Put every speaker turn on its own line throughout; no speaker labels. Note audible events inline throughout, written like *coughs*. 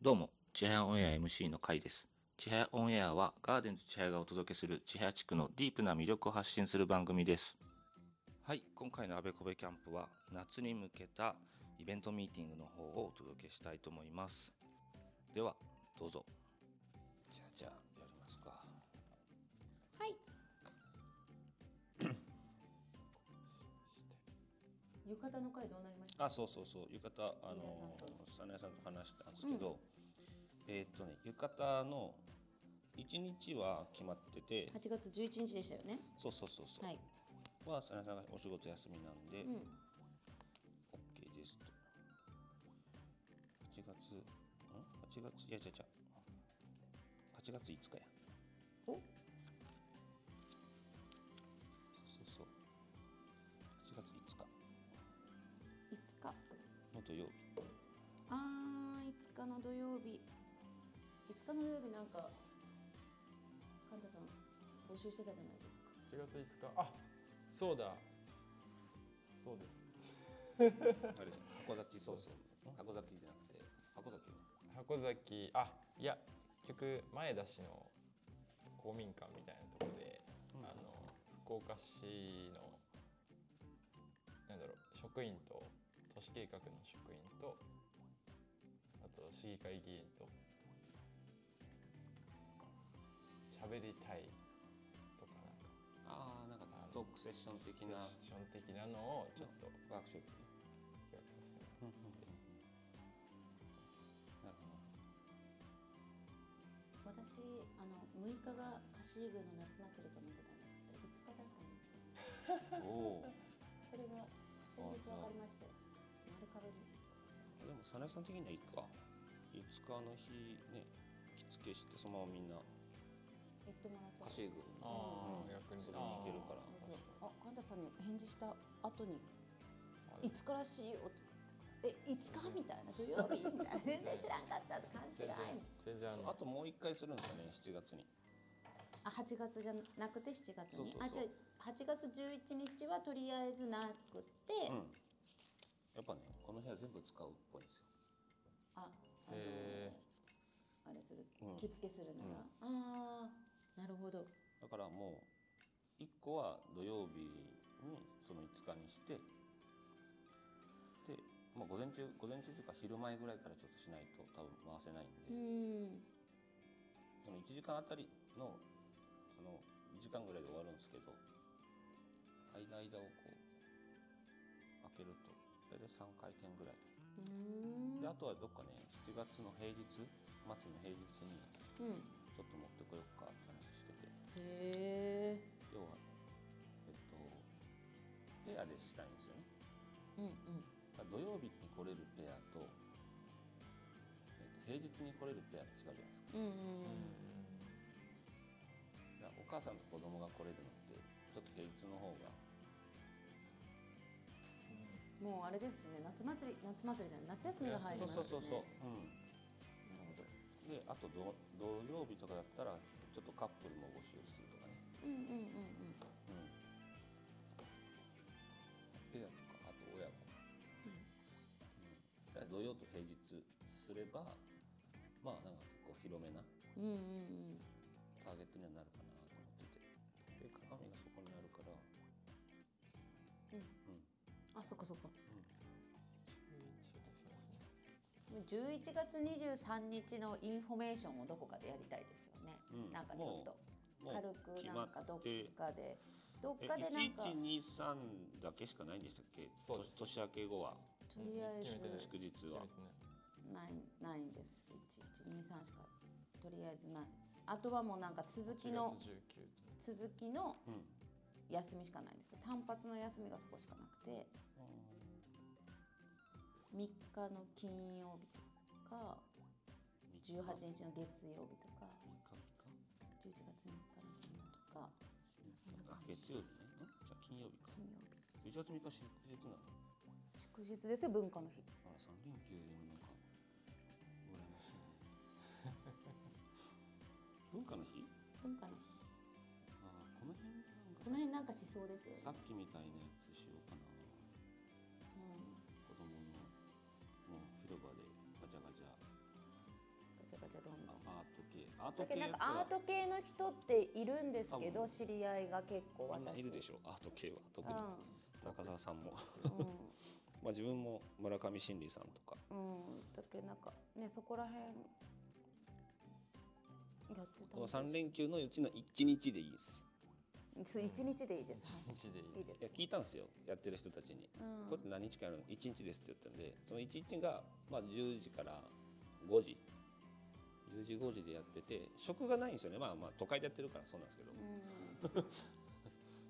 どうも、ちはやオンエア MC の会です。ちはやオンエアはガーデンズちはやがお届けするちはや地区のディープな魅力を発信する番組です。はい、今回のあべこべキャンプは夏に向けたイベントミーティングの方をお届けしたいと思います。では、どうぞ。じゃあじゃあ、やりますか。
*coughs* はい。浴衣の回どうなりました。
あ、そうそうそう、浴衣、あ
の
サナヤさんと話したんです
けど、
えっとね、浴衣の1日は決まってて、
八月十一日でしたよね。
そうそうそうそう
はい。
はさなさんがお仕事休みなんで、
う
OK
ん。
ですと8月ん8月いやいやいや8月5日や
お、
そうそうそう8月5日
五日。
の土曜日
ああ、五日の土曜日。五日の土曜日なんか。神田さん。募集してたじゃないですか。
1月5日あそうだそうです
あれ *laughs* です箱崎そうそう箱崎じゃなくて箱崎は
箱崎あいや結局前田市の公民館みたいなとこで、
うん
あの福岡市のなんだろう職員と都市計画の職員とあと市議会議員と喋りたいとかな
ああな
んか
んか
あの
トークセッション的な
セッション的なのをちょっと
ワークショップね
企画させてもらっ
なるほ
て
私、あの、六日が貸し具の夏祭りと思ってたんですけど、五
*laughs* どお
日だったんですよ。
お
それが。先日わかりまして。丸壁に。
でも早苗さん的にはいいか5日の日ね着付けしてそのままみんな
言ってもらった。
菓子具
あ
う
ー
ん
逆に
それに行けるから
そう
確
そう
か
あ、神田さんに返事した後に。
あ
いつからしいよえ、いつかみたいな土曜日みたいな全然知らんかった勘違
全然
い
全然あ
に
の
あともう一回するんですよね7月に
あ8月じゃなくて7月に
そうそうそう
あじゃあ8月11日はとりあえずなくて、
うんやっぱねこの部屋全部使うっぽいんですよ
ああの
へ
あれする
うん
着付けするなら、ああなるほど
だからもう1個は土曜日にその5日にしてで、まあ、午前中午前中というか昼前ぐらいからちょっとしないと多分回せないん
う
で、
ん
その1時間あたりのその1時間ぐらいで終わるんですけど間間をこう開けると大体3回転ぐらい。
うーん
であとはどっかね7月の平日末の平日に
うん
ちょっと持ってこようかって話してて
へえ
要はえっとペアでしたいんですよね
うんうん
だから土曜日に来れるペアと、えっと、平日に来れるペアって違うじゃないですか
うん
う
うん
ん
だからお母さんと子供が来れるのってちょっと平日の方が
もうあれですしね夏祭り夏祭りじゃない夏休みが入りますしね
そうそうそうそう、
なるほ
うん、
ど
であと土土曜日とかだったらちょっとカップルも募集するとかね
うんうんうんうん
うんペアとかあと親子、うんだから土曜と平日すればまあなんか結構広めな
うんうんうん
ターゲットにはなるかなと思っててで鏡がそこにあるから
うん
うん
あそっかそっか
そうですね
11月23日のインフォメーションをどこかでやりたいですよね、
うん
なんかちょっと
もう
軽くなんかどっかでどっ
え
かでなんかと
1123だけしかないんでしたっけ
そうです
年年明け後は
りあえ
決めて
ず
祝日は
決めてない
ないないんです1123しかとりあえずないあとはもうなんか続きの
1月19日
続きの
うん
休みしかないです単発の休みがそこしかなくて3日の金曜日とか18日の月曜日とか11月3日の金曜日とか
あ月曜日ねじゃあ金曜日か
金曜日
11月3日祝日なの
祝日ですよ文化の日
あら三連休でもなんか羨ましいね *laughs* 文化の日
文化の日
ああこの辺なんか
この辺なんかしそうですよね
さっきみたいなやつしようかな子供のもう広場でガチャガチャアート系アー
だ
ト
け
系
どなんかアー
と
ト系の人っているんですけ
多
ど
分
知り合いが結構
みんな
私
いるでしょアート系は特
う
に
ん
高澤さんも *laughs*
うん
まあ自分も村上真理さんとか
うん、だけどなんかねそこら辺やってた
この3連休のうちの1日でいいです
休一日でいいです、は
一日でいい
い、いいです
いや聞いたんですよやってる人たちに、
うん
こうやって何日間やるの1日ですって言ったんでその1日がまあ10時から5時10時5時でやってて食がないんですよねまあまあ都会でやってるからそうなんですけど、
うん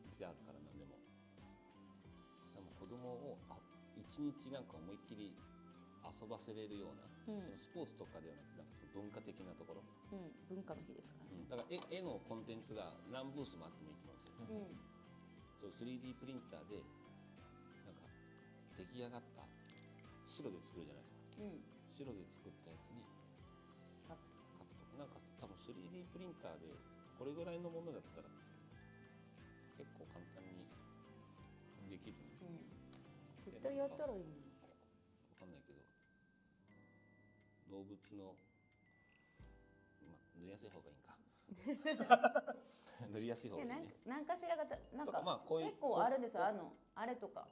店あるから何でもでも子供をあ一日なんか思いっきり遊ばせれるような、
うん
そのスポーツとかではなくなんかその文化的なところ、
うん、文化の日ですからね、
だから絵絵のコンテンツが何ブースもあってもいいと思うんですよ
うん
そう 3D プリンターでなんか出来上がった白で作るじゃないですか
うん
白で作ったやつに
あ
書くとかなんか多分 3D プリンターでこれぐらいのものだったら結構簡単にできるんで
うん、絶対やったらいいのに
わかんないけど動物の、まあ、塗りやすい方がいいんか
*laughs*
塗りやすい方
い
がい
や
い
な
ね
んなんかしらがたなん
と
か
かまあこういう
結構あるんですよ
こう
あのあれとか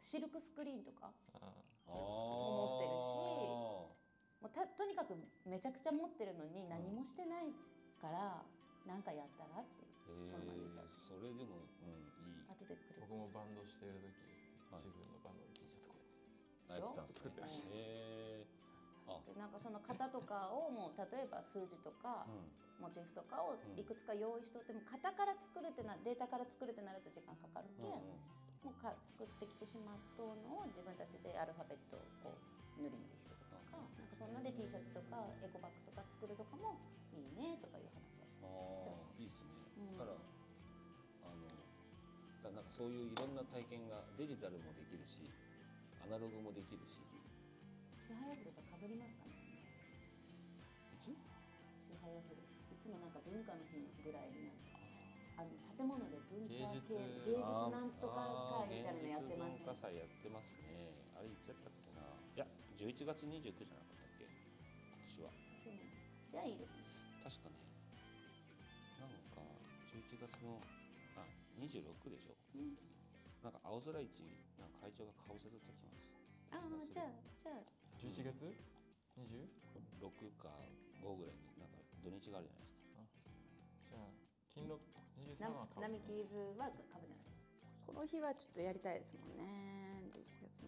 シルクスクリーンとか
あ
あー
ー
思もうたとにかくめちゃくちゃ持ってるのに何もしてないから、なんかやったらっていう
へ
この前見
え
た
それでも、うん、いい
後で来る
僕もバンドしてる時、
はい
自分のバンドの T シャツこうやって
あやってたんですね
作ってました
へえあ
でなんかその型とかをもう例えば数字とか
うん
モチーフとかを
うん
いくつか用意しておいても型から作るってなデータから作るってなると時間かかるけ、
うん
ん、もうか作ってきてしまったのを自分たちでアルファベットを塗り塗りするとかなんかそんなで T シャツとかエコバッグとか作るとかもいいねとかいう話をして。
あーいいですね、
うん
だからあのだからなんかそういういろんな体験がデジタルもできるしアナログもできるし
ちはやふるとかぶりますかね。ちはやふる。いつもなんか文化の日ぐらいになんか。あの建物で文化
芸術
系芸術なんとか会みたいなのやってます
現実文化祭やってますねあれいつやったっけないや11月29じゃなかったっけ今年は
そうじゃあいいですね
確かねなんか11月のあ26でしょ
うん
なんか青空市なんか会長が顔せた時なんです
ああじゃあじゃあ
11月 20?
6か5ぐらいになんか土日があるじゃないですか
じゃあ金六23は
な並木ズはかぶらないこの日はちょっとやりたいですもんね11月23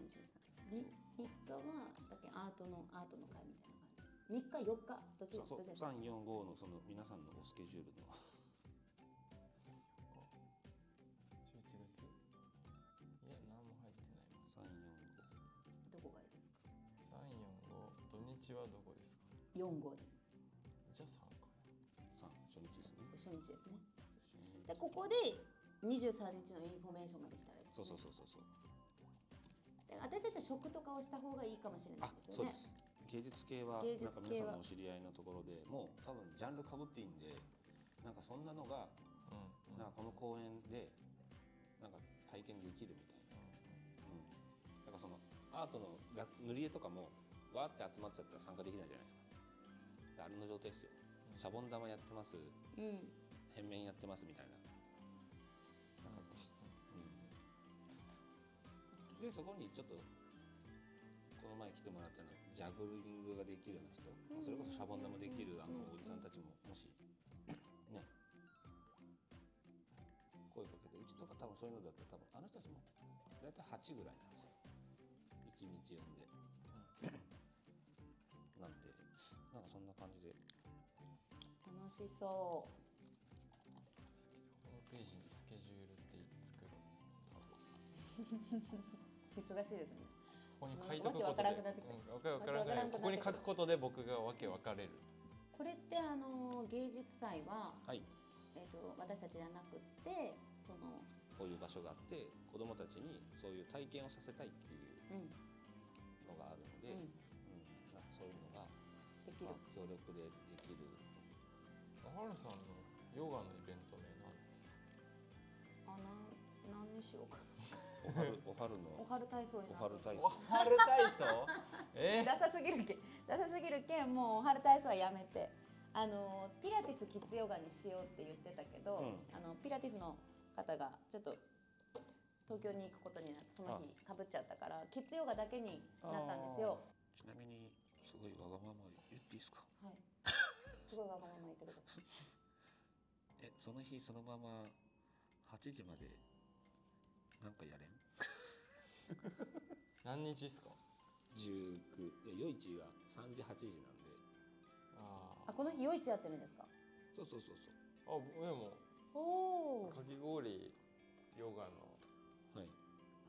日3日はだけアートのアートの会みたいな感じ3日4日どっち
そう
ど
そう
っちですか
345のその皆さんのおスケジュールの
11月いや何も入ってない
345
どこがいいですか
345土日はどこですか
4号です
じゃあ3か
3初日ですね
初日ですねでここで23日のインフォメーションができたらいいで
そ
す
う
ね
そうそうそうそう
で私たちは食とかをした方がいいかもしれない
あ
です
そ
よ
う
ね
です芸術系は
芸術
なんか皆
系
さんのお
は
知り合いのところでもう多分ジャンルかぶっていいんでなんかそんなのが
な
なん
うん
かこの公園でなんか体験できるみたいな、うん、なんかそのアートのら塗り絵とかもわーって集まっちゃったら参加できないじゃないですかであれの状態ですよシャボン玉やってます
うん
変面やってますみたいな
なんかして
でそこにちょっとこの前来てもらったのジャグリングができるような人、
うん
それこそシャボン玉できるあの
う
お
ん
じさんたちももしね声かけてうちとか多分そういうのだったら多分あの人たちも大体8ぐらいなんですよ1日呼んで、なんでなんかそんな感じで
楽しそう
ホームページにスケジュールって作る多分
忙しいですね
ここに書いとくこと
わけわか
で
らなくなってきた
うんわけわから
わ
なくな
けわからなくなってきた
いここに書くことで僕がわけ分かれる
これってあの芸術祭は、
はい
えー、と私たちじゃなくってその、
こういう場所があって子どもたちにそういう体験をさせたいっていう
うん
のがあるので、う
う
ん
ん、
なんかそういうのが。
できる
まあ協力でできる
ハルさんのヨガのイベント名なんです
あ
か
な何にしようかな
おは
*laughs*
るおはる
お
の
はる体操に
お
な
はる体
お
操
*laughs* はる体操え
ダサすぎるけんダサすぎるけんもうおはる体操はやめてあのピラティスキッズヨガにしようって言ってたけど、
うん
あのピラティスの方がちょっと東京に行くことになってその日かぶっちゃったからキッズヨガだけになったんですよ。
ちなみにすごいわがまま言っていいですか
はい、すごいわがまま言ってください。
えその日そのまま8時までなんかやれん
何日ですか
?19 いや夜市が3時8時なんで
あー
あこの日夜市やってるんですか。
そうそうそうそ
あでも
おお
か。き氷ヨガの
うはい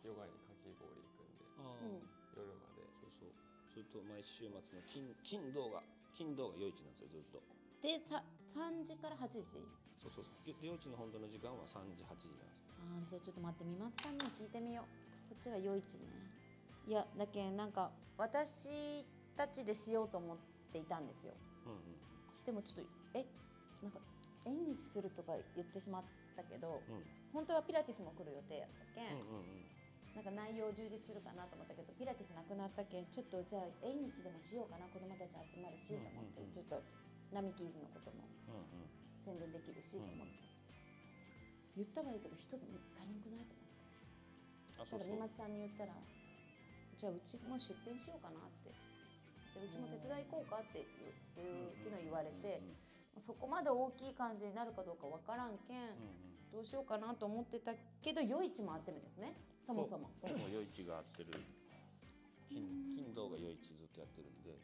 ヨガにかき氷行くんで
ああ、
うん
夜まで
そうそうそれと毎週末の金金土が金土が夜市なんですよずっと
でさ三時から八時。
そうそうそうよ夜市の本当の時間は3時8時なんです
あーじゃあちょっと待ってみまつさんにも聞いてみよう。こっちが夜市ね。いやだけんなんか私たちでしようと思っていたんですよ。
うんうん
でもちょっとえなんか演技するとか言ってしまったけど
うん
本当はピラティスも来る予定やったけん、
うんうん
なんか内容充実するかなと思ったけどピラティスなくなったけんちょっとじゃあ縁日でもしようかな子供たち集まるしと思っ
うんう
て、
んうん
ちょっと並木キーズのことも
うんうん
宣伝できるしと思って、言ったはいいけど人足りんくないと思って
あ
ただ三松さんに言ったらじゃあうちも出店しようかなってじゃあうちも手伝い行こうかっていうっていう昨日言われて
うんうん
そこまで大きい感じになるかどうかわからんけん、
うん
どうしようかなと思ってたけど夜市もあってるんですねそもそも
そうそも夜市が合ってる金金土が夜市ずっとやってるんで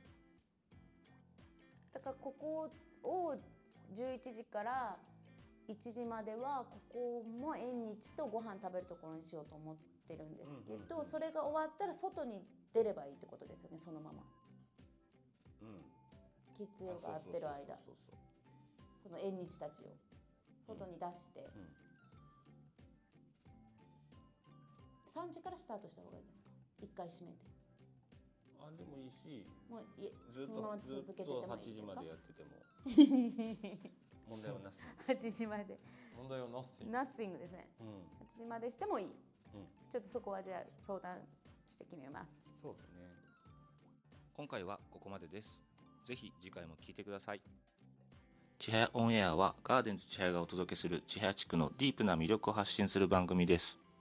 だからここを11時から1時まではここも縁日とご飯食べるところにしようと思ってるんですけど、
うんうんうん
それが終わったら外に出ればいいってことですよねそのまま
うん
キッズヨガ合ってる間
そうそうそう
その縁日たちを外に出して、
そう
3時からスタートした方がいいですか一回閉めて
うんあでもいいし
もうい
ずっ
そのまま
とず
続け
って
て
と
ても
8
いい
時
です
ま
か
でやってても
*laughs*
問題はなし、
8時まで
問題はナッシング
ナッシングですね
うん
8時までしてもいい
うん、
ちょっとそこはじゃあ相談して決めます
そうですね今回はここまでですぜひ次回も聞いてください千早オンエアはガーデンズ千早がお届けする千早地区のディープな魅力を発信する番組です